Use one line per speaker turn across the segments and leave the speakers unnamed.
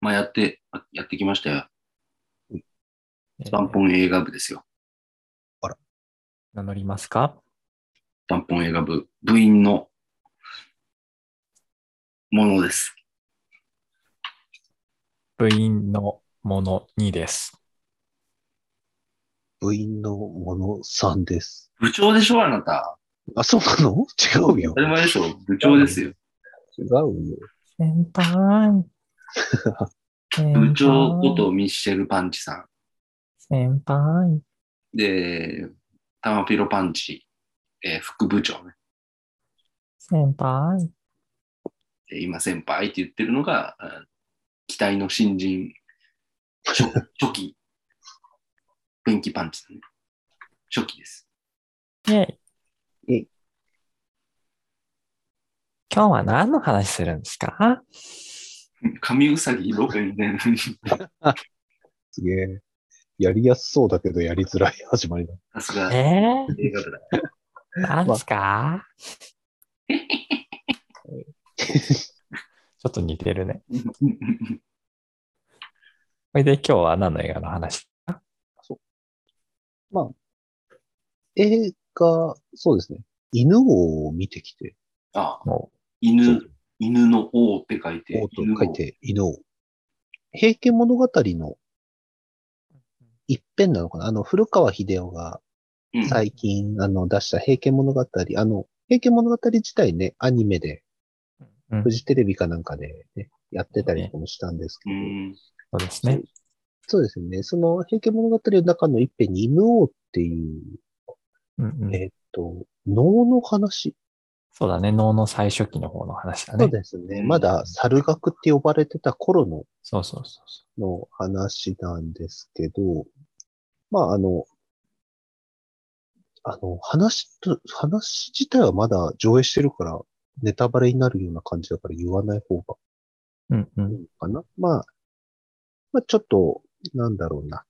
まあ、やって、あやってきましたよ。
えー
ダンポン映画部ですよ。
名乗りますか
ダンポン映画部、部員のものです。
部員のもの2です。
部員のものさんです。
部長でしょ、あなた。
あ、そうなの違うよ
当た。り前でしょ、部長ですよ。
違うよ。
先 輩。先輩
部長ことミッシェル・パンチさ
先輩。
ん。で、タマピロ・パンチ、えー副部長ね。
先輩。
で今、先輩って言ってるのが、あ期待の新人、初初期、ペンキパンチだね。初期です。
イェ
イ
イ。
ェイ
今日は何の話するんですか
神うさぎロペみたいな。
すげえ。やりやすそうだけど、やりづらい始まりだ。
さすが
えー、
映画部だ。
何ですか、 ちょっと似てるね。それで今日は何の映画の話
映画、そうですね。犬王を見てきて、
あ、
も
そ
犬
う、
犬の王って書いて、
王と
犬
書いて犬王。平家物語の一編なのかなあの、古川秀夫が
うん、
最近、あの、出した平家物語、あの、平家物語自体ね、アニメで、
う、うん、
フ
そ
ジテレビかなんかで、ね、やってたりもしたんですけ
う
ど、
ん。
うですね。
そうですね。その、平家物語の中の一編に犬王っていう、
うんうん
えっと、能の話。
そうだね。脳の最初期の方の話だ
そ
ね
う。ですね。
うん
まだ、猿学って呼ばれてた頃の、
そうそうそうそ
の話なんですけど、まあ、あの、あの、話と、話自体はまだ上映してるから、ネタバレになるような感じだから言わない方が
う。うんう
い
ん。
いかな。まあ、まあ、ちょっと、なんだろうな。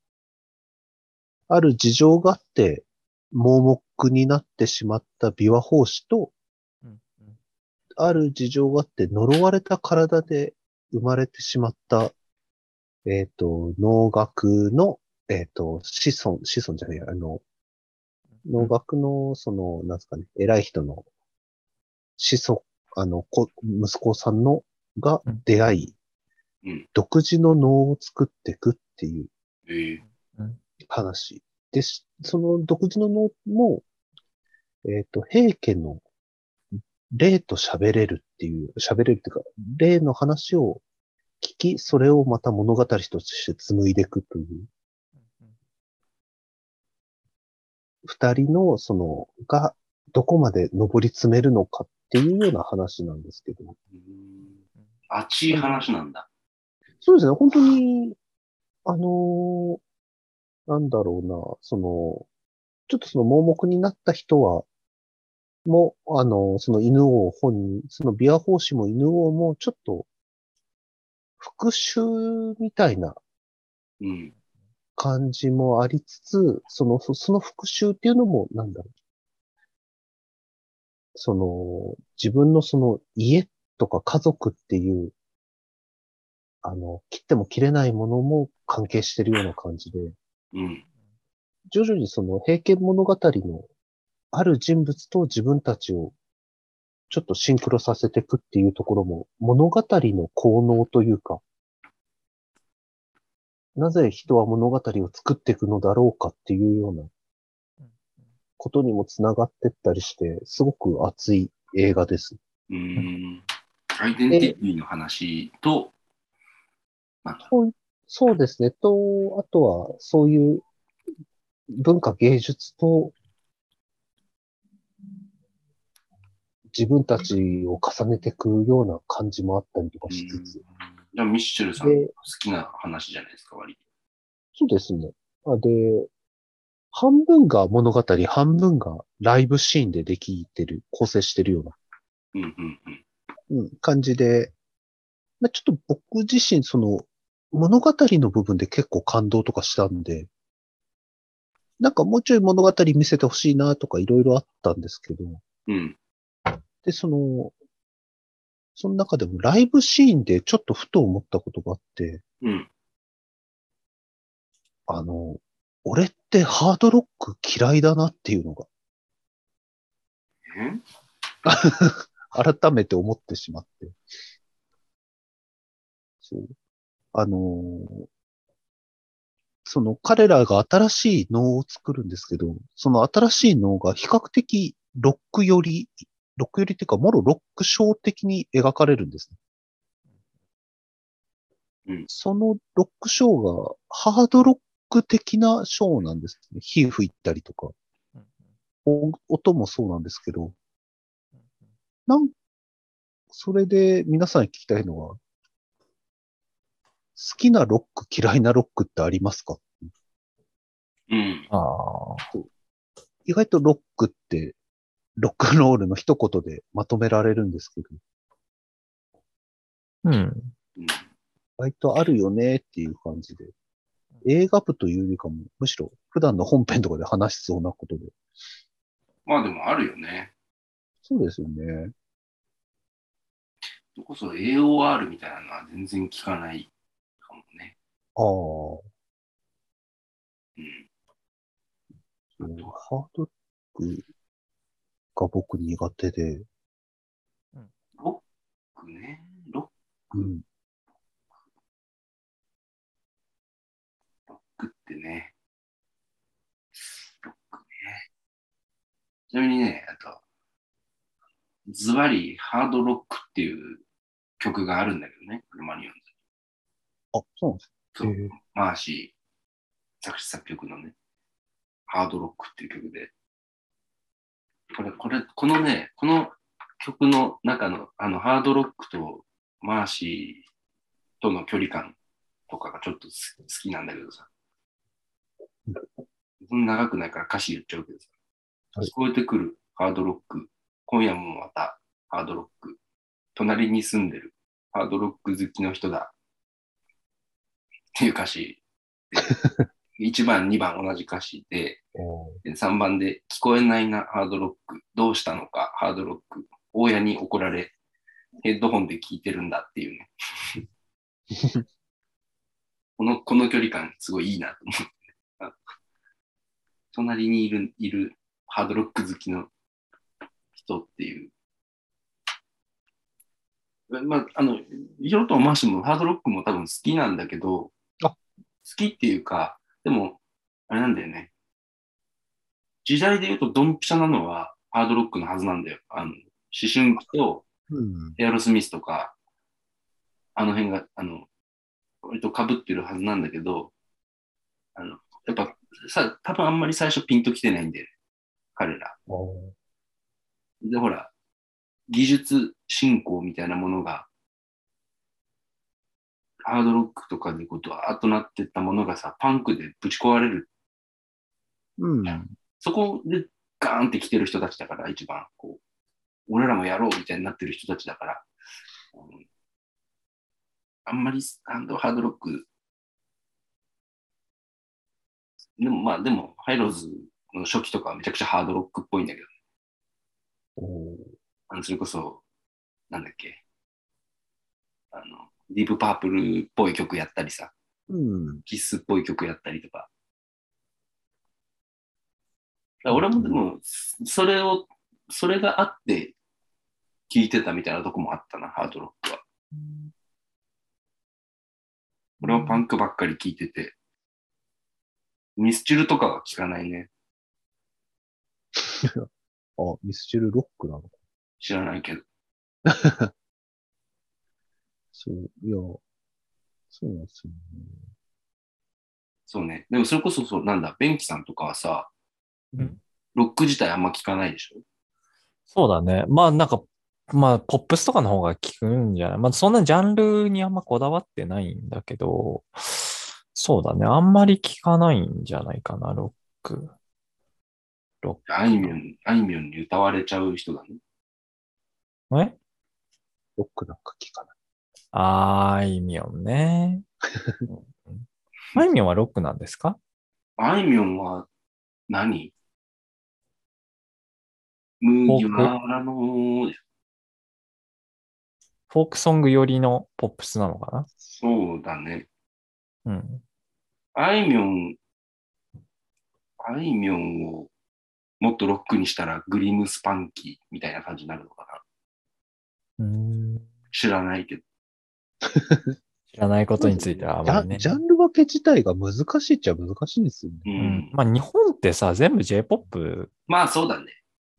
ある事情があって、盲目になってしまった琵琶法師と、
うんうん
ある事情があって呪われた体で生まれてしまった、えっ、と、農学の、えっ、と、子孫、子孫じゃない、あの、農学の、その、なんですかね、偉い人の、子孫、あの、こ息子さんの、が出会い、
うん
独自の能を作っていくっていう
えー
話。で、しその独自の能も、えっ、と、平家の霊と喋れるっていう、喋れるっていうか、霊の話を聞き、それをまた物語として紡いでいくという、二人の、その、が、どこまで上り詰めるのかっていうような話なんですけど。
うん熱い話なんだ。
そうですね、本当に、あのーなんだろうな、その、ちょっとその盲目になった人は、もう、あのーその犬王本人、そのビア法師も犬王も、ちょっと、復讐みたいな
うん。
感じもありつつ、その、そその復讐っていうのも、なんだろう。その、自分のその家とか家族っていう、あの、切っても切れないものも関係してるような感じで、
うん。
徐々にその平家物語のある人物と自分たちをちょっとシンクロさせていくっていうところも物語の効能というか、なぜ人は物語を作っていくのだろうかっていうようなことにもつながってったりして、すごく熱い映画です。
うん。アイデンティティの話と、なんだ
そうですね。と、あとは、そういう文化芸術と、自分たちを重ねていくような感じもあったりとか
うん
しつ
じ
つ。
ゃあ、ミッシェルさん、好
で
きな話じゃないですか、割
そうですね。あで、半分が物語、半分がライブシーンでできてる、構成してるような
と。うんうんうん。
うん、感じで、まあ、ちょっと僕自身、その、物語の部分で結構感動とかしたんで、なんかもうちょい物語見せてほしいなとかいろいろあったんですけど、
うん。
で、その、その中でもライブシーンでちょっとふと思ったことがあって、
うん。
あの、俺ってハードロック嫌いだなっていうのが
え
改めて思ってしまって。そう。あのーその彼らが新しい能を作るんですけど、その新しい能が比較的ロックより、ロックよりっていうか、もろロック症的に描かれるんですね。
うん
そのロックショーがハードロック的なショーなんですね。火吹いたりとか、
うん
お音もそうなんですけど、
うん
なん、それで皆さんに聞きたいのは、好きなロック、嫌いなロックってありますか
うん。
ああ、
意外とロックって、ロックンロールの一言でまとめられるんですけど、
うん。
うん
割とあるよねっていう感じで、映画部というよりかも、むしろ普段の本編とかで話しそうなことで、
まあでもあるよね。
そうですよね。
それこそ AOR みたいなのは全然聞かないかもね。
ああ。
うん。
うんハードロックが僕苦手で、
ロックね。ロ
うん、
ックってね。ロックね。ちなみにね、あと、ズバリハードロックっていう曲があるんだけどね、クルマニオンズ。
あ、そうなんです
そう、
へえ
マーシー作詞作曲のね、ハードロックっていう曲で、これ、これ、このね、この曲の中の、あの、ハードロックとマーシーとの距離感とかがちょっとす好きなんだけどさ
うん。
そんな長くないから歌詞言っちゃうけどさ。
はい
聞こえてくるハードロック。今夜もまたハードロック。隣に住んでるハードロック好きの人だ。っていう歌詞。1番、2番同じ歌詞で、で3番で聞こえないな、ハードロック。どうしたのか、ハードロック。大家に怒られ、ヘッドホンで聞いてるんだっていうね。この、この距離感、すごいいいなと思ってあ。隣にいる、いるハードロック好きの人っていう。まあ、あの、ヒロとマーシもハードロックも多分好きなんだけど、
あ
好きっていうか、でも、あれなんだよね。時代で言うとドンピシャなのはハードロックのはずなんだよ。あの、思春期と
うん。
エアロスミスとか、あの辺が、あの、割と被ってるはずなんだけど、あの、やっぱ、さ、多分あんまり最初ピンときてないんだよね。彼ら。
あー
で、ほら、技術振興みたいなものが、ハードロックとかでことは、あとなってったものがさ、パンクでぶち壊れる。
うん。
そこでガーンって来てる人たちだから、一番、こう、俺らもやろうみたいになってる人たちだから、うんあんまりあのハードロック、でもまあ、でも、ハイローズの初期とかはめちゃくちゃハードロックっぽいんだけど
おー
あの、それこそ、なんだっけ、あの、ディープパープルっぽい曲やったりさ、
うん。
キスっぽい曲やったりとか。だから俺もでも、それを、それがあって、聴いてたみたいなとこもあったな、ハードロックは。俺はパンクばっかり聴いてて、ミスチルとかは聴かないね。
あ、ミスチルロックなの
知らないけど。
そう、いや、そうなんですよね。
そうね。でもそれこそ、そうなんだ、ベンキさんとかはさ、
うん
ロック自体あんま聴かないでしょ
そうだね。まあなんか、まあポップスとかの方が効くんじゃないまあそんなジャンルにあんまこだわってないんだけど、そうだね。あんまり聞かないんじゃないかな、ロック。ロ
あいみょん、あいみょんに歌われちゃう人だね。
ック。え
ロックなんか聞かない。
あーいみょんね。あいみょんはロックなんですか
あいみょんは何、麦わらの、
フォークソング寄りのポップスなのか
そうだね。
なうん。
あいみょん、あいみょんをもっとロックにしたらグリムスパンキーみたいな感じになるのかな
うん。
知らないけど。
知らないことについてはあ
ジ
ま
ャ
り
ン
ね。
ジャンル分け自体が難しいっちゃ難しいんですよね。
うん。
うんまあ日本ってさ、全部 J-POP。
まあそうだね。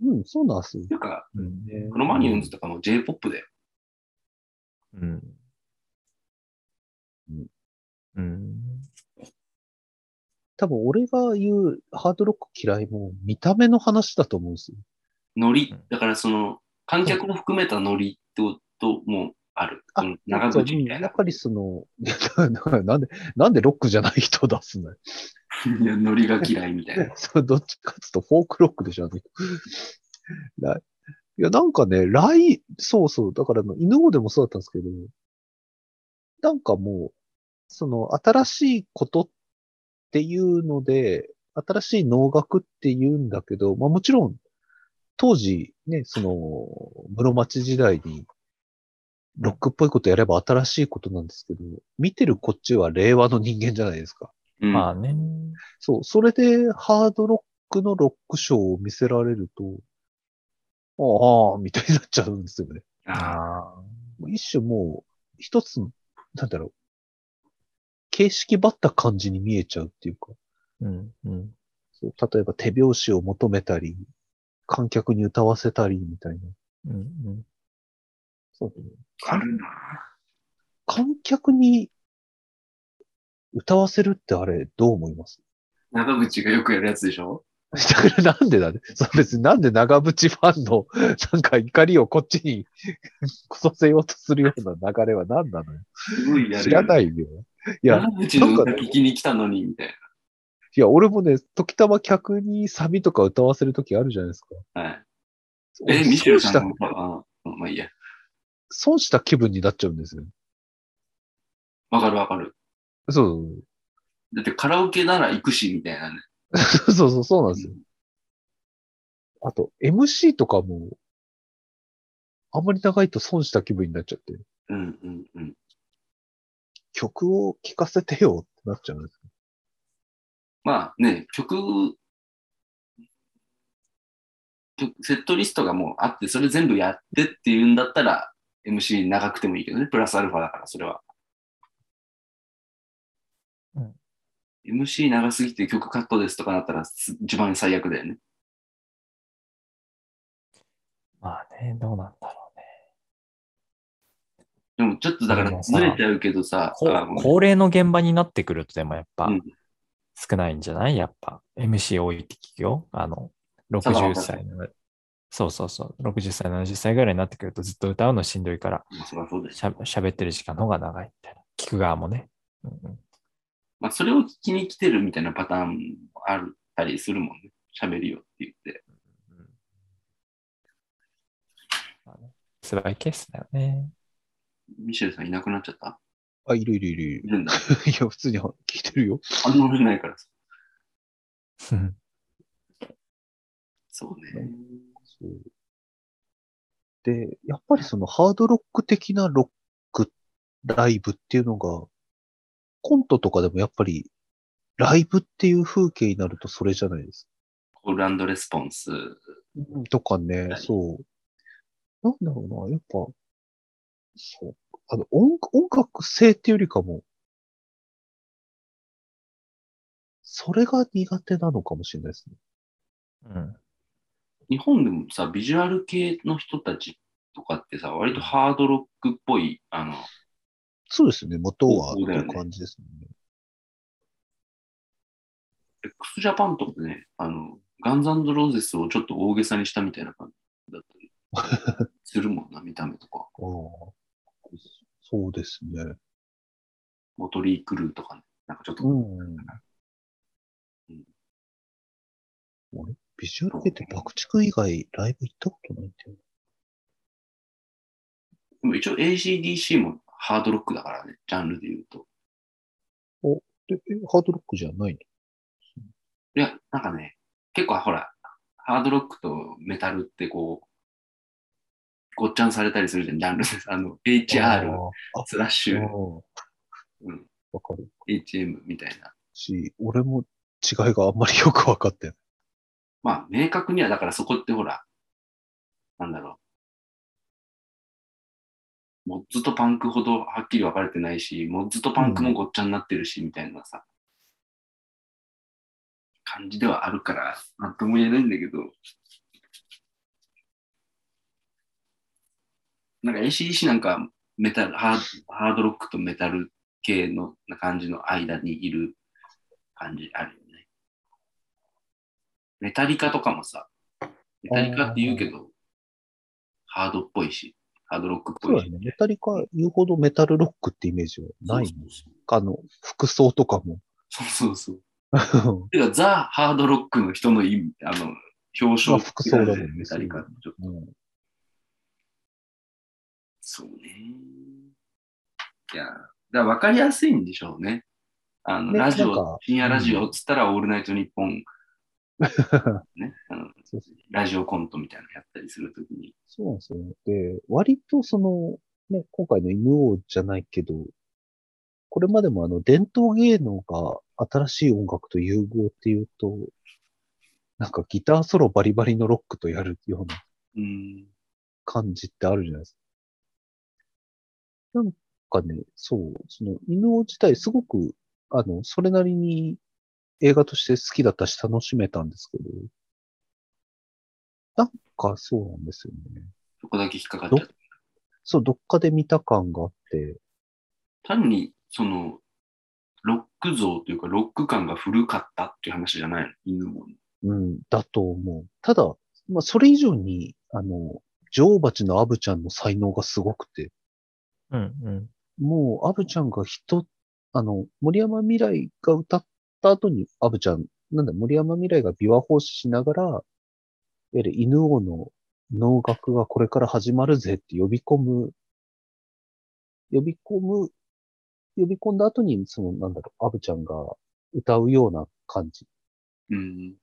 うん、そうなんですよ
て。いうか、
うん
クロマニオンズとかも J-POP だよ。
うん。うん。
多分俺が言うハードロック嫌いも見た目の話だと思うんですよ。
ノリ
うん、
だからその観客も含めたノリってこともある。
あ
その長
そう
渕みたい
や
な
っ。ぱりその、 なんで、なんでロックじゃない人を出すのよ。
いや ノリが嫌いみたいな。
そうどっちかっつうとフォークロックでしょ、あの人 ライいや、なんかね、ライ、そうそう、だからあの犬王でもそうだったんですけど、なんかもう、その、新しいことっていうので、新しい能楽っていうんだけど、まあもちろん、当時ね、その、室町時代に、ロックっぽいことやれば新しいことなんですけど、見てるこっちは令和の人間じゃないですか。
うん
まあね。
そう、それでハードロックのロックショーを見せられると、ああ、みたいになっちゃうんですよね。
ああ
あ
もう一種もう、一つの、なんだろう、形式ばった感じに見えちゃうっていうか、
ーうん。うん。
そう例えば手拍子を求めたり、観客に歌わせたりみたいな。
うん。うん
そう
あるな。
観客に歌わせるってあれ、どう思います
長渕がよくやるやつでしょ
だからなんでだね。そう別になんで長渕ファンの、なんか怒りをこっちにこそせようとするような流れは何なのよ。
すごいやるよね。
知らないよ。いや、
長渕の歌聞きに来たのに、みたい
いや、俺もね、時たま客にサビとか歌わせるときあるじゃないですか。
な。はい。
俺
え、ミシェルさん
損
の
し
歌はあまあいいや。
た、損した気分になっちゃうんですよ。
わかるわかる。
そう
だってカラオケなら行くし、みたいなね。
そうそう、そうそう、そうなんですよ。あと、MC とかも、あんまり長いと損した気分になっちゃって、
うんうんうん。
曲を聴かせてよってなっちゃうんです
まあね、曲、曲セットリストがもうあって、それ全部やってっていうんだったら、MC 長くてもいいけどね、プラスアルファだから、それは。
うん
MC 長すぎて曲カットですとかなったら、す一番最悪だよね。
まあね、どうなんだろうね。
でもちょっとだか
でも
ら
さ
ずれちゃうけどさ、
こ
あごめん
高齢の現場になってくるとでもやっぱ
うん
少ないんじゃないやっぱ MC 多いって聞くよ。あの、
佐賀
60
若
歳の、そうそうそう、60歳、70歳ぐらいになってくるとずっと歌うのしんどいから、
そりゃそうです
しゃ喋ってる時間の方が長いみたいな。聞く側もね。うんうん
まあ、それを聞きに来てるみたいなパターンもあったりするもんね。喋るよって言って。
うんまあね辛いケースだよね。
ミシェルさんいなくなっちゃった
あ、いるいるいるい
い
る。
るんだ。
いや、普通に聴いてるよ。
反応しないからさ。
うん
そうね。
そうで、やっぱりそのハードロック的なロックライブっていうのが、コントとかでもやっぱりライブっていう風景になるとそれじゃないです
コールレスポンス。
か。とかね、
はい
そう。なんだろうな、やっぱ、そう。あの音音楽性っていうよりかも、それが苦手なのかもしれないですね。
うん
日本でもさ、ビジュアル系の人たちとかってさ、割とハードロックっぽい、あの、
そうですね、元はっ
そ
て
うだ
い
よ
う
ね
感じですね
x ジャパンとかね、あの、ガンズローゼスをちょっと大げさにしたみたいな感じだ ったりするもんな、見た目とか。
ああ、そうですね。
モトリー・クルーとかね、なんかちょっと、
ん。俺、ビジュアル系って爆竹以外ライブ行ったことないんだよ。
でも一応 ACDC もハードロックだからね、ジャンルで言うと。
で、えハードロックじゃない
い
の
や、なんかね、結構ほら、ハードロックとメタルってこう、ごっちゃんされたりするじゃん、ジャンルです。あの、HR スラッシュ、
うん
うん、
わかる
HM みたいな。
し、俺も違いがあんまりよくわかって ない。
まあ、明確には、だからそこってほら、なんだろう。モッズとパンクほどはっきり分かれてないし、モッズとパンクもごっちゃになってるし、みたいなさ、感じではあるから、なんとも言えないんだけど、なんか ACDC なんかメタルハード、ハードロックとメタル系のな感じの間にいる感じあるよね。メタリカとかもさ、メタリカって言うけど、ハードっぽいし、ハードロックっ
そう
ぽい
だ
し。
ね。メタリカ言うほどメタルロックってイメージはない
そう
のかの、服装とか も。
そうそうそう。てか、ザ・ハードロックの人の意味、あの、表彰
まあ服装だもんね
メタリカのちょっと。
うん
そうね。いや、だから分かりやすいんでしょうね。あの、
ね
ラジ
なんか
オ、深夜ラジオっつったら、オールナイトニッポン、ね、あの
そう
ラジオコントみたいなのやったりするときに。
そうなんですよね。で、割とその、ね、今回の犬王じゃないけど、これまでもあの、伝統芸能が新しい音楽と融合っていうと、なんかギターソロバリバリのロックとやるような
うん。
感じってあるじゃないですか。なんかね、そう、その犬王自体すごく、あの、それなりに映画として好きだったし楽しめたんですけど、なんかそうなんですよね。
そこだけ引っかかっちゃった。
そう、どっかで見た感があって、
単に、その、ロック像というか、ロック感が古かったっていう話じゃないの、犬も。
うん、だと思う。ただ、まあ、それ以上に、あの、女王蜂のアブちゃんの才能がすごくて、
うんうん。
もう、アブちゃんが人、あの、森山未来が歌った後に、アブちゃん、なんだ、森山未来が琵琶法師しながら、いわゆる犬王の能楽がこれから始まるぜって呼び込む、呼び込む、呼び込んだ後に、その、なんだろう、アブちゃんが歌うような感じ。
うん。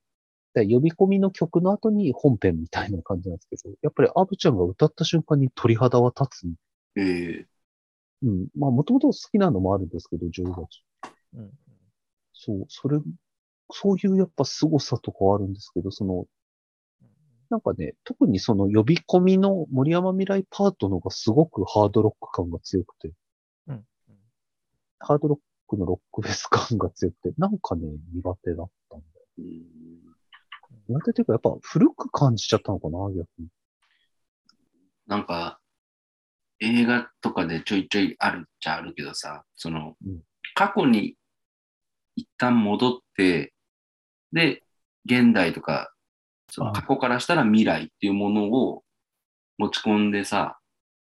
で呼び込みの曲の後に本編みたいな感じなんですけど、やっぱりアブちゃんが歌った瞬間に鳥肌は立つ。
ええ
うん。まあ、もともと好きなのもあるんですけど、女王蜂。
うん
そう、それ、そういうやっぱ凄さとかはあるんですけど、その、なんかね、特にその呼び込みの森山未来パートの方がすごくハードロック感が強くて、
うん
ハードロックのロックフェス感が強くて、なんかね、苦手だったんだよ。
うん
苦手というか、やっぱ古く感じちゃったのかな、逆に。
なんか、映画とかでちょいちょいあるっちゃあるけどさ、その
うん、
過去に一旦戻って、で、現代とか、その
あ
過去からしたら未来っていうものを持ち込んでさ、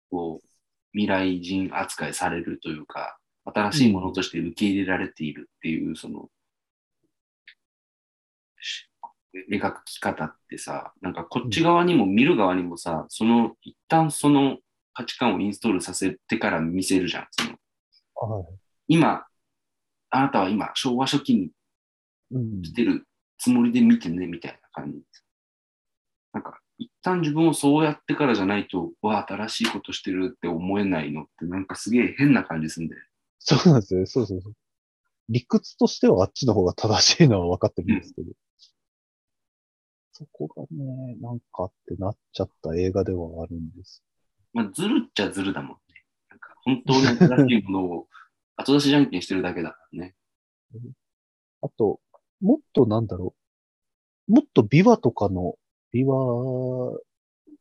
こう、未来人扱いされるというか、新しいものとして受け入れられているっていう、その、し描き方ってさ、なんかこっち側にも見る側にもさ、その、一旦その価値観をインストールさせてから見せるじゃん。その
はい。
今、あなたは今、昭和初期に
うん
来てるつもりで見てね、みたいな感じ。なんか、一旦自分をそうやってからじゃないと、わあ、新しいことしてるって思えないのって、なんかすげえ変な感じすんだよ。
そうなんですよね。そうそうそう。理屈としてはあっちの方が正しいのは分かってるんですけど。そこがね、なんかってなっちゃった映画ではあるんです。
まあ、ずるっちゃずるだもんね。なんか、本当に新しいものを後出しじゃんけんしてるだけだからね。
あと、もっとなんだろう。もっと琵琶とかの、琵琶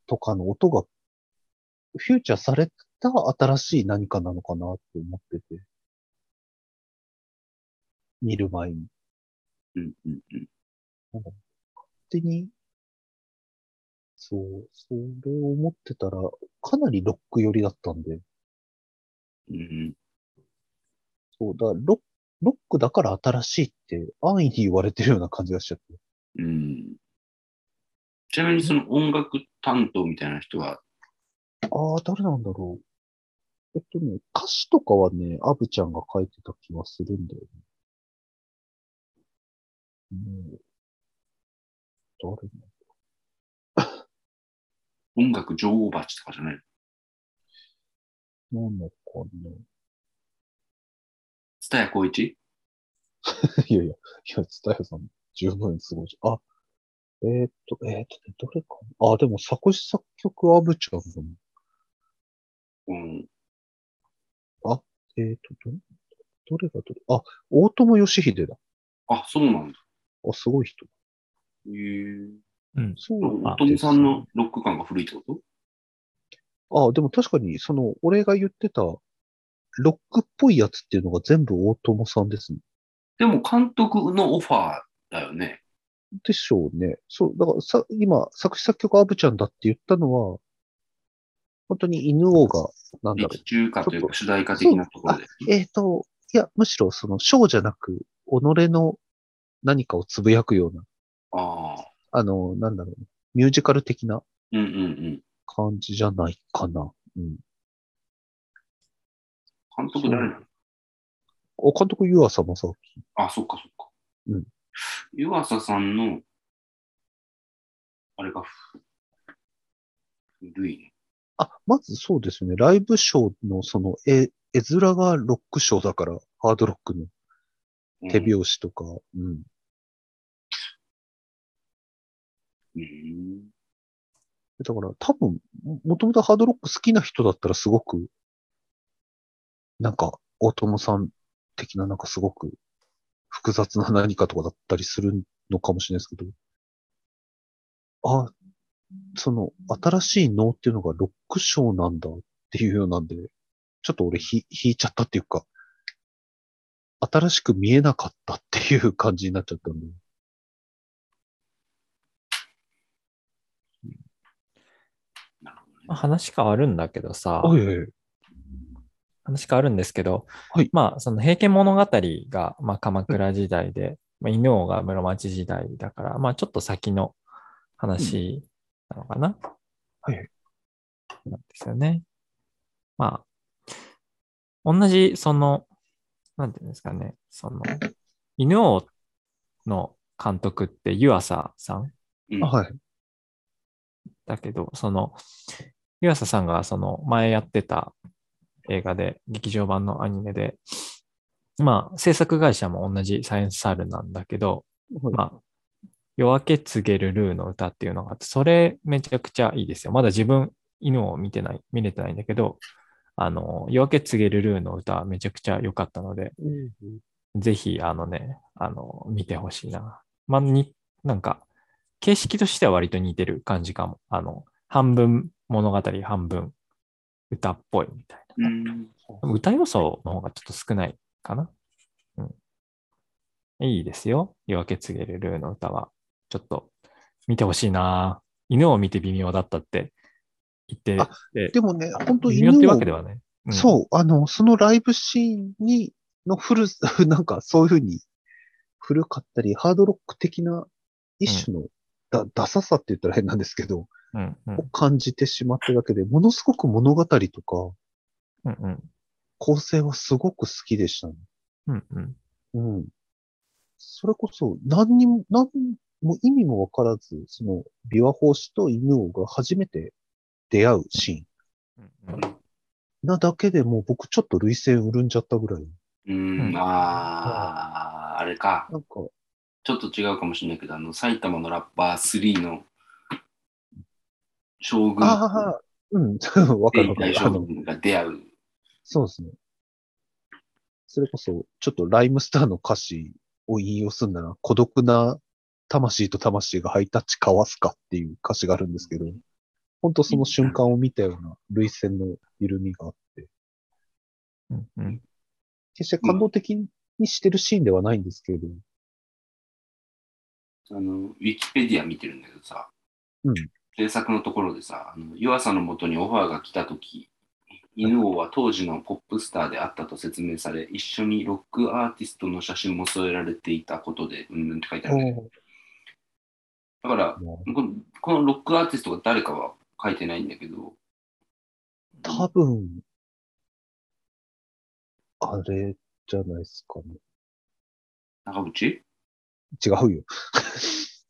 とかの音がフューチャーされた新しい何かなのかなって思ってて。見る前に。
うんうんうん。
勝手に、そう、それを思ってたら、かなりロック寄りだったんで、
うんうん
そう、だからロッロックだから新しいって安易に言われてるような感じがしちゃって。
うんちなみにその音楽担当みたいな人は、
ああ、誰なんだろう。えっとね、歌詞とかはね、アブちゃんが書いてた気はするんだよね。もう、誰なんだろ
音楽女王蜂とかじゃない
なのかな
蔦谷光一
いやいや、いや、蔦屋さん、十分すごいじゃん。あ、えーっと、えーっとね、どれかな。あ、でも作詞作曲アブちゃんだもん。
うん。
えーっと、ど、どれがどれあ、大友義秀だ。
あ、そうなんだ。
あ、すごい人。
へえ。
うん。
そう
お
なん
と
で
み
す
さんのロック感が古いってこと
あ、でも確かに、その、俺が言ってた、ロックっぽいやつっていうのが全部大友さんですね。
でも監督のオファーだよね。
でしょうね。そう、だからさ、今、作詞作曲アブちゃんだって言ったのは、本当に犬王が、なんだろう
劇中歌という
ちょっ
か
と
主題歌的なところで。
えっ、と、いや、むしろその、章じゃなく、己の何かをつぶやくような、
ああ。
あの、なんだろう、ミュージカル的な
うんうんうん。
感じじゃないかな。うん。
監督誰なの
お監督、湯浅正樹。
あ、そっかそっか。
うん。
湯浅さんの、あれがふ古いね。
あ、まずそうですね、ライブショーのその、え、絵面がロックショーだから、ハードロックの
うん
手拍子とか、うん。
うん。
だから多分、ももともとハードロック好きな人だったらすごく、なんか、大友さん的ななんかすごく複雑な何かとかだったりするのかもしれないですけど、あ、その、新しい脳っていうのがロックショーなんだっていうようなんで、ちょっと俺ひ引いちゃったっていうか、新しく見えなかったっていう感じになっちゃったんで。
なるほどね。
まあ、話変わるんだけどさ、
あ、いやいや、
話変わるんですけど、
はい
まあ、その平家物語が、まあ、鎌倉時代で、まあ、犬王が室町時代だから、まあ、ちょっと先の話なのかな、
はいはい
なんですよね。まあ、同じ、その、なんていうんですかね、その、犬王の監督って湯浅さん
うん
あはい。
だけど、その、湯浅さんがその前やってた映画で、劇場版のアニメで、まあ、制作会社も同じサイエンスサールなんだけど、まあ、夜明け告げるルーの歌っていうのがあって、それめちゃくちゃいいですよ。まだ自分、犬を見てない、見れてないんだけど、あの、夜明け告げるルーの歌めちゃくちゃ良かったので、ぜひ、あのね、あの、見てほしいな。まあ、に、なんか、形式としては割と似てる感じかも。あの、半分物語、半分歌っぽいみたいな。
うん
でも歌要素の方がちょっと少ないかな。うん。いいですよ。夜明け告げるルーの歌は。ちょっと見てほしいな。犬を見て微妙だったって言って、
あでもね、本当
微妙って
犬
わ
を
けではね。うん
そう、あの、そのライブシーンに、のフル、 なんかそういうふうに、古かったり、ハードロック的な一種の、だ、ダサさって言ったら変なんですけど、
う。うんうん
を感じてしまっただけで、ものすごく物語とか、
うんうん
構成はすごく好きでしたね。
うんうん。
うん。それこそ、何にも、何も意味もわからず、その、琵琶法師と犬王が初めて出会うシーン
うんうん
なだけでもう僕ちょっと類線うるんじゃったぐらい。
うん
うん
ああ、あれか。
なんか、
ちょっと違うかもしれないけど、あの、埼玉のラッパー3の将軍、
ああ、うん、 わかるわ
兵隊
かる。あ
将
の、
軍が出会う。
そうですね。それこそ、ちょっとライムスターの歌詞を引用するなら、孤独な魂と魂がハイタッチ交わすかっていう歌詞があるんですけど、本当その瞬間を見たような類線の緩みがあって、
うんうん。
決して感動的にしてるシーンではないんですけれど、
あの、ウィキペディア見てるんだけどさ、
うん
制作のところでさ、あの湯浅のもとにオファーが来たとき、犬王は当時のポップスターであったと説明され、一緒にロックアーティストの写真も添えられていたことで、うんうんって書いてあるね。だから、
もう
このこのロックアーティストが誰かは書いてないんだけど、
多分、あれじゃないですかね。
長渕
違うよ。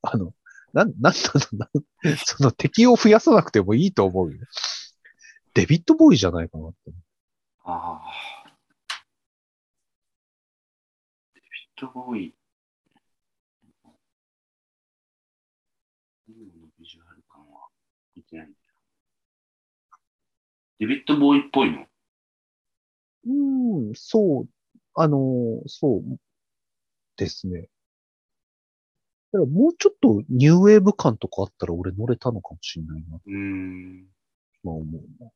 あの、なん、なんだろうな。 その敵を増やさなくてもいいと思うよ。デビットボーイじゃないかなって。
ああ。デビッド・ボーイ。今のビジュアル感は見てないんだデビッド・ボーイっぽいの
うん、そう、あのー、そうですね。だからもうちょっとニューウェーブ感とかあったら俺乗れたのかもしれないな、
うーん。
今思うな。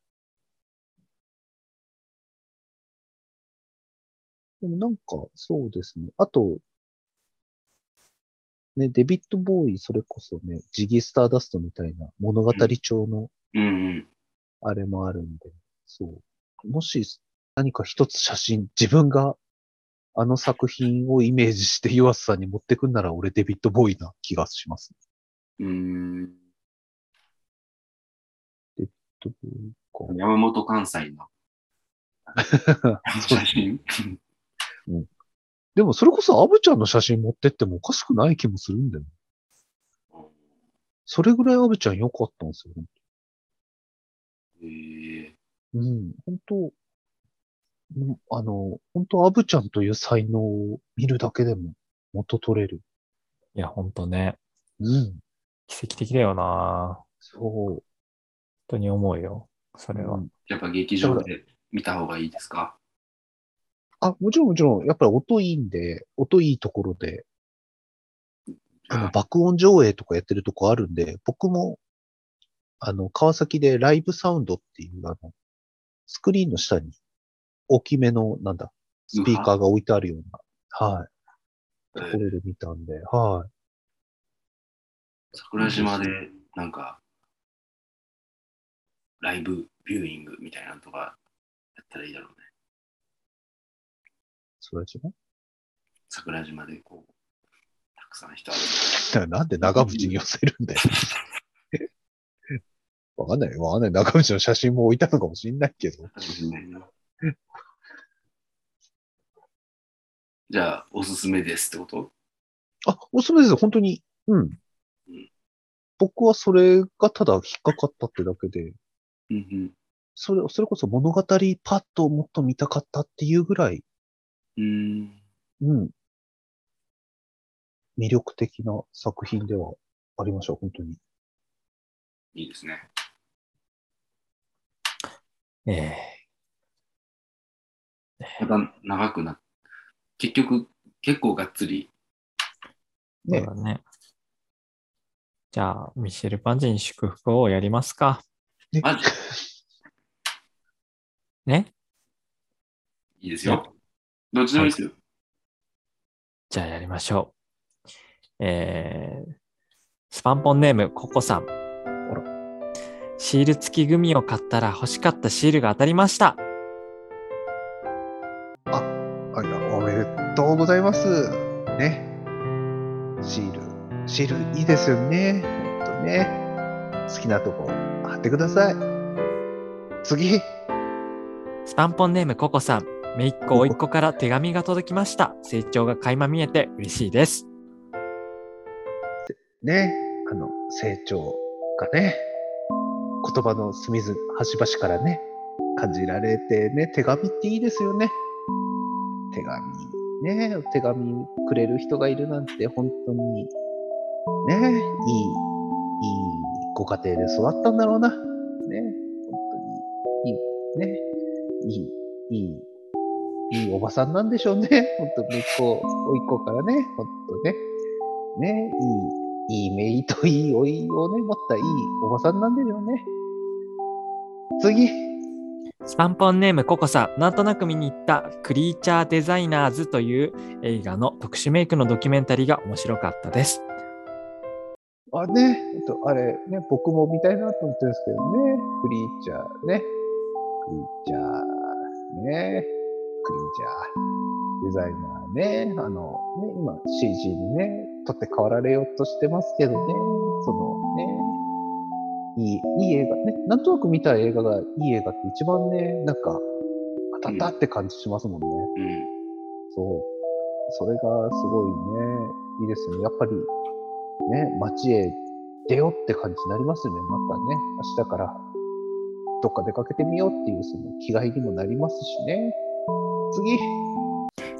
でもなんか、そうですね。あと、ね、デビットボーイ、それこそね、ジギースターダストみたいな物語調の
うんうん。
あれもあるんで、そう。もし何か一つ写真、自分があの作品をイメージして岩瀬さんに持ってくんなら俺デビットボーイな気がします。
うーん。
デビットボーイか
山本関西の写真。
でもそれこそアブちゃんの写真持ってってもおかしくない気もするんだよね。それぐらいアブちゃん良かったんですよ。
えー、
うん、本当うんあの、本当アブちゃんという才能を見るだけでも元取れる。
いや、ほんとね。
うん。
奇跡的だよな。
そう。
本当に思うよ。それは。
うん
やっぱ劇場で見た方がいいですか
あ、もちろんもちろん、やっぱり音いいんで、音いいところで、あの、爆音上映とかやってるとこあるんで、僕も、あの、川崎でライブサウンドっていう、あの、スクリーンの下に、大きめの、なんだ、スピーカーが置いてあるような、はい、ところで見たんで、はい。
桜島でなんかライブビューイングみたいなのとかやったらいいだろうね
それは違
桜島でこうたくさん人集
う なんで長渕に寄せるんだよ。 わかんないよわかんない。長渕の写真も置いたのかもしんないけど。
めて、 じゃあおすすめですってこと
あ、おすすめです。本当に。うん
うん。
僕はそれがただ引っかかったってだけで、
うん
それ、それこそ物語パッともっと見たかったっていうぐらい、
うんうん
うん。魅力的な作品ではありました、本当に。
いいですね
ええ
また長くなっ結局結構がっつり
ね
そうだね。じゃあ、ミシェル・パンジェに祝福をやりますか。
マジ
ね
いいですよどっちでもいいですよ、
じゃあやりましょう。えー、スパンポンネーム、ココさん。シール付きグミを買ったら欲しかったシールが当たりました。
あいや、おめでとうございます。ね。シール、シールいいですよね。ほんとね。好きなとこ貼ってください。次。
スパンポンネーム、ココさん。めいっ子、おいっ子から手紙が届きました。成長が垣間見えて嬉しいです。
ね、あの、成長がね、言葉の隅々、端々からね、感じられてね、手紙っていいですよね。手紙、ね、お手紙くれる人がいるなんて、本当に、ね、いい、いいご家庭で育ったんだろうな。ね、本当に、いい、ね、いい、いい、いいおばさんなんでしょうね。本当に、こう、おいっ子からね、本当ね。ね、いい、いいメイといいおいをね、持ったいいおばさんなんですよね。次。
スパンポンネームココさん、なんとなく見に行ったクリーチャーデザイナーズという映画の特殊メイクのドキュメンタリーが面白かったです。
あ、ね、えっとあれ、ね、僕も見たいなと思ってるんですけどね。クリーチャーね。クリーチャーね。クリーチャー。デザイナーね。あの、ね、今 CG にね、取って代わられようとしてますけどね。そのね、いい、いい映画ね。なんとなく見た映画がいい映画って一番ね、なんか、当たったって感じしますもんね。
うん
そう。それがすごいね、いいですよね。やっぱり、ね、街へ出ようって感じになりますよね。またね、明日からどっか出かけてみようっていうその気概にもなりますしね。次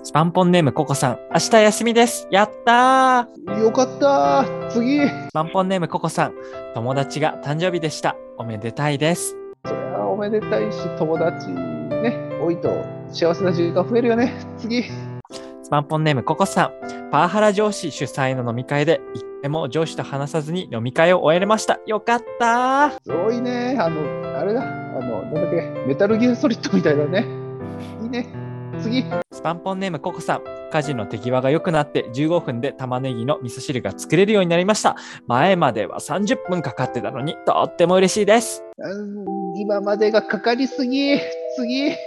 スパンポンネームココさん、明日休みです。やったー
よかったー次
スパンポンネームココさん、友達が誕生日でした。おめでたいです。
そりゃおめでたいし、友達ね、多いと幸せな時間増えるよね。次
スパンポンネームココさん、パワハラ上司主催の飲み会で、一回も上司と話さずに飲み会を終えれました。よかったー
すごいね。あの、あれだ。あの、なんだっけ、メタルギアソリッドみたいだね。いいね。次。
スパンポンネームココさん、家事の手際が良くなって15分で玉ねぎの味噌汁が作れるようになりました。前までは30分かかってたのに、とっても嬉しいです。
うん今までがかかりすぎ。次。
ス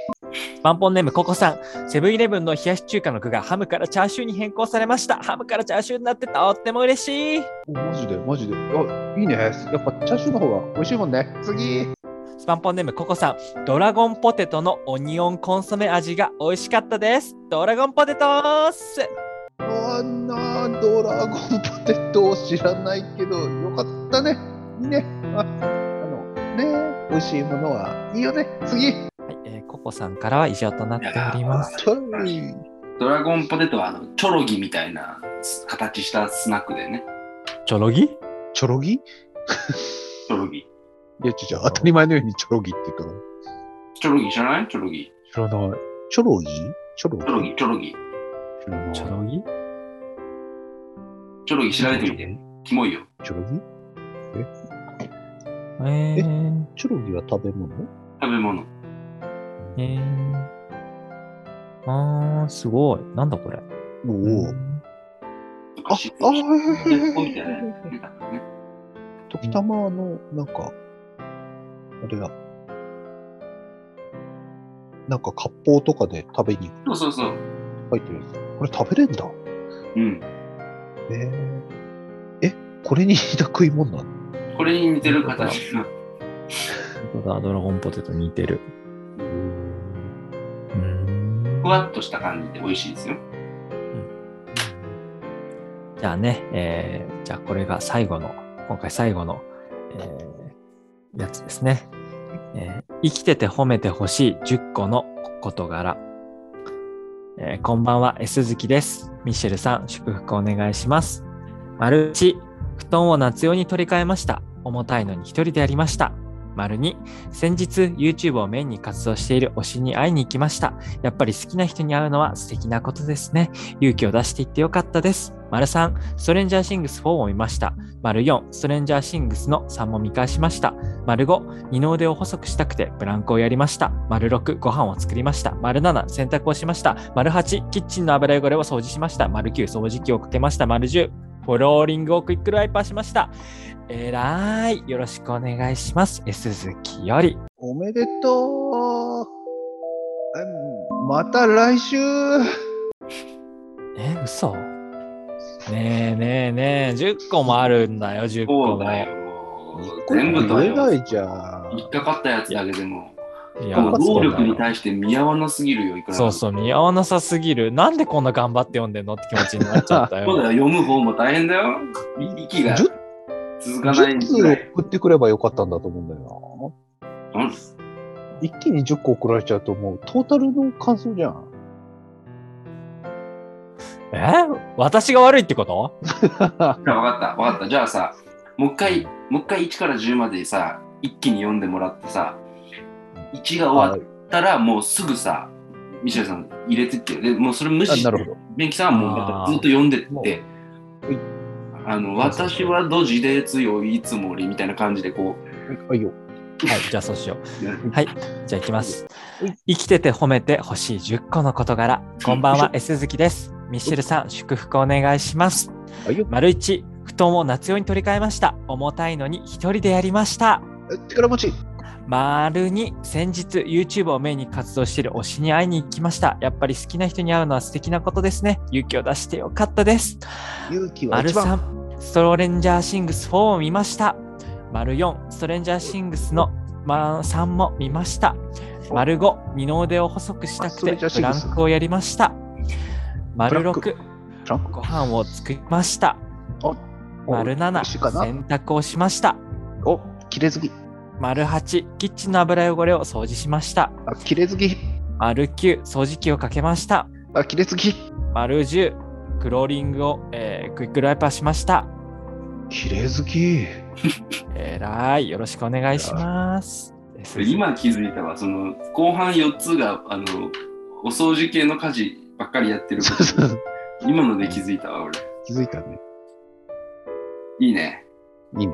パンポンネームココさん、セブンイレブンの冷やし中華の具がハムからチャーシューに変更されました。ハムからチャーシューになってとっても嬉しい。
おマジで、マジで。あ、いいね。やっぱチャーシューの方が美味しいもんね。次。
スパンポンネームココさん、ドラゴンポテトのオニオンコンソメ味が美味しかったです。ドラゴンポテトース
あんなドラゴンポテトを知らないけど、よかったね。いいね。ああの、ね、美味しいものはいいよね。次。
はい、えーココさんからは以上となっております。
はい
ドラゴンポテトはあのチョロギみたいな形したスナックでね、
ちょろぎ
チョロギい
チョロギ。
や、ちょ、ちょ、当たり前のようにチョロギって言ったから。
チョロギ知らないチョロギ。
知らない。チョロギチョロギ
チョロギ、チョロギ。
知らない。
ちょろぎ
チョロギ調べてみて。キモいよ。
チョロギ
えー、
チョロギは食べ物
食べ物。
えー。あー、すごい。なんだこれ。
お
う
お。
ん
あ、あ
知って
あ、
る
へ
知ってる子みたいなやつ
へ
ねなんかね
時たまの、なんか、あれだ。なんか、割烹とかで食べに行く
そうそうそう。
書いてるやつ。これ食べれんだ。
うん。
えー、え、これに似た食い物なの
これに似てる形の。
本当だドラゴンポテト似てる。うーん
ふわっとした感じで美味しいですよ。
じゃあね、えーじゃあこれが最後の、今回最後の、えーやつですね、えー生きてて褒めてほしい10個の事柄。えーこんばんは、S 月です。ミシェルさん、祝福お願いします。丸1、布団を夏用に取り替えました。重たいのに一人でやりました。丸2、先日 YouTube をメインに活動している推しに会いに行きました。やっぱり好きな人に会うのは素敵なことですね。勇気を出していってよかったです。丸3、ストレンジャーシングス4を見ました。丸4、ストレンジャーシングスの3も見返しました。丸5、二の腕を細くしたくてブランコをやりました。丸6、ご飯を作りました。丸7、洗濯をしました。丸8、キッチンの油汚れを掃除しました。丸9、掃除機をかけました。丸10、フォローリングをクイックルワイパーしました。えらーい。よろしくお願いします。え鈴木より。
おめでとううんまた来週
え、嘘ねえねえねえ、10個もあるんだよ、10個
そ
も。
うだよ。全部だ
食えな
よ。
いじゃん。
引っかかったやつだけでも、
い
この
や
労力に対して見合わなすぎるよ、いくら
そうそう、似合わなさすぎる。なんでこんな頑張って読んでんのって気持ちになっちゃった
うそう
よ。
だよ、読む方も大変だよ。息が
10
続かない
10通
ぐらい。
送ってくればよかったんだと思うんだよ
うん
な。一気に10個送られちゃうと、もうトータルの感想じゃん。
え私が悪いってこと
じゃあ分かった、分かった。じゃあさ、もう一回、もう一回1から10までさ、一気に読んでもらってさ、1が終わったら、もうすぐさ、ミシェルさん入れてってよ、でもうそれ無視
あ
し
な
て、
るほど。
ベンキさんはもうま
あー
たずっと読んでって
うはい、
あの、
そうそう
私はドジで強いつもりみたいな感じでこ
はいよ。
はい、じゃあそうしよ う。
う。
はい、じゃあいきます
はい。
生きてて褒めてほしい10個の事柄。こんばん
よ
は、S 好きです。ミッシェルさん、祝福お願いします。
はいよ。
丸一、布団を夏用に取り替えました。重たいのに一人でやりました。
え力持ち。
丸に先日 YouTube をメインに活動している推しに会いに行きました。やっぱり好きな人に会うのは素敵なことですね。勇気を出してよかったです。
勇気は
丸
一番。
3、ストレンジャーシングス4を見ました。丸4、ストレンジャーシングスの、まあ、3も見ました。丸5、二の腕を細くした
あ
く
ストレ
て
ンジャーシ
ブ
ン
ラ
グス
ンコをやりました。丸
ブラッ
6、
トランク
ご飯を作りました。
あ
丸7、
一緒かな
洗濯をしました。
お、切れずぎ。
丸8、キッチンの油汚れを掃除しました。
あ、切れずぎ。
丸9、掃除機をかけました。
あ、切れずぎ。
丸10、クローリングを、えークイックライパーしました。
切れずぎ。
えらい、よろしくお願いします。です
今気づいたわ、その後半4つがあのお掃除系の家事ばっかりやってる
そう
こ
そう。
と今ので気づいたわ、俺。
気づいたね。
いいね。
いいね。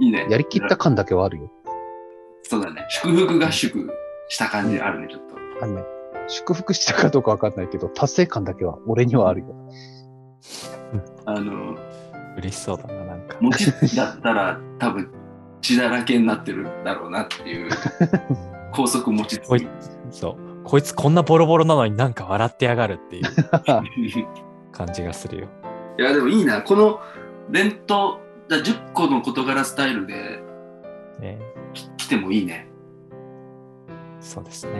いいね。
やりきった感だけはあるよ。
そうだね。祝福合宿した感じあるね、ちょっと。
あのね、祝福したかどうかわかんないけど、達成感だけは俺にはあるよ。
あの、
嬉しそうだな、なんか。
もしだったら多分血だらけになってるだろうなって いう高速持ちつ
おいそう。こいつこんなボロボロなのになんか笑ってやがるっていう
い
感じがするよ。
やでもいいなこの伝統だ10個の事柄スタイルで
ね、
来てもいいね
そうですね。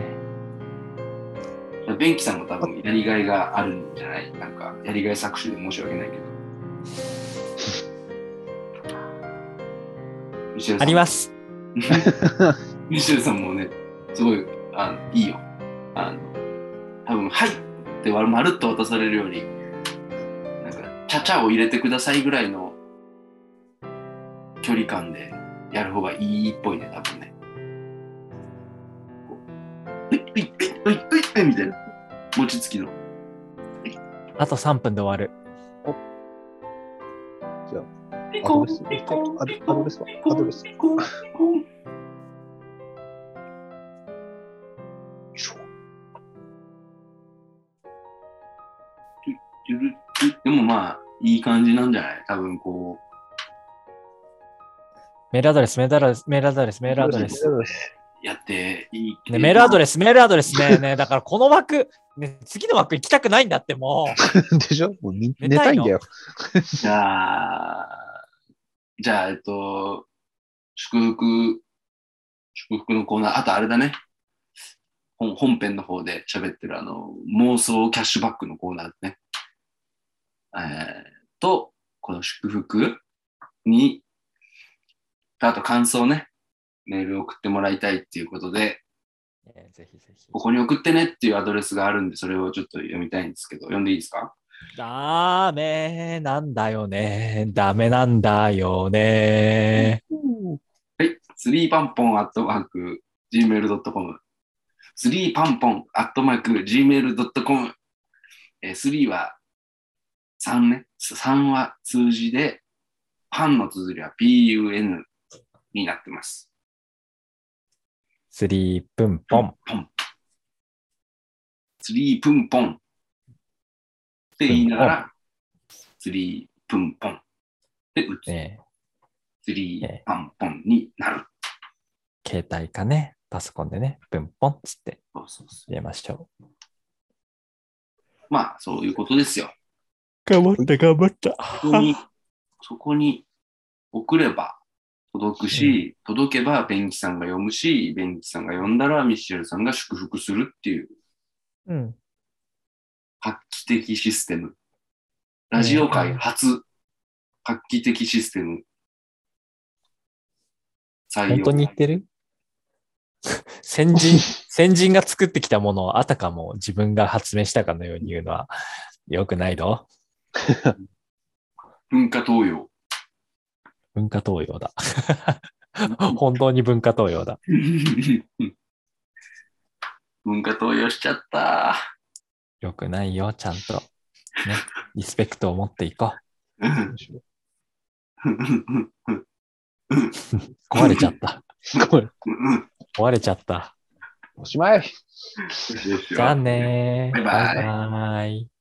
ベンキさんも多分やりがいがあるんじゃないなんかやりがい搾取で申し訳ないけ ど西
あります。
す西野さんもねすごいあのいいよあの多分「はい!」ってまるっと渡されるよりなんか「ちゃちゃ」を入れてくださいぐらいの距離感でやる方がいいっぽいね多分ねこう「ういういういういういう」みたいな餅つきの
あと3分で終わる。
「ピ
アドレスアドアドレスはアドレス
ピコンピコンゆるでもまあいい感じなんじゃない多分こう
メールアドレス、メールアドレス、メールアドレス、メールアドレス。。
やっていい
ね、メールアド
レ
レス、メールアドレスね。ねだからこの枠、ね、次の枠行きたくないんだっても
でしょもうみ
寝
寝
た
た
い
い
の
んだよ。
スじゃあじゃあえっと祝福祝福のコーナーあとあれだね本本編の方で喋ってるあの妄想キャッシュバックのコーナーねえー、とこの祝福にあと感想ねメール送ってもらいたいっていうことで
う。ねぜひぜひ。
ここに送ってねっていうアドレスがあるんで、それをちょっと読みたいんですけど、読んでいいですか
ダメなんだよね。ダメなんだよね。
はい。スリーパンポンアットマーク、gmail.com。スリーパンポンアットマーク、gmail.com。えー、スリーは3ね。3は数字で、パンの綴りは pun になってます。
スリープンポン。
ポン。スリープンポン。って言いながら、スリープンポン。で、打つ。
ね、
スリー
え
パンポンになる。
携帯かね、パソコンでね、プンポンっつって
そうそうそ
入れましょ
うまあ、そういうことですよ。
う。頑張った、頑張った。
そこに、そこに送れば届くし、届けばベンキさんが読むし、ベンキさんが読んだらミシェルさんが祝福するっていう
うん。
画期的システム。ラジオ界初画期的システム。採
本当に言ってる 先 人、先人が作ってきたものをあたかも自分が発明したかのように言うのは良くないぞ。
文化東 洋。
文化東洋だ。 本当に文化東洋だ。
文化東洋しちゃった。
良くないよ、ちゃんと。ね。リスペクトを持っていこう。壊れちゃった。
ごめん
壊れちゃった。
おしまい
よしよしよ
じゃあね
バイ
ー。
バイ
バイバイ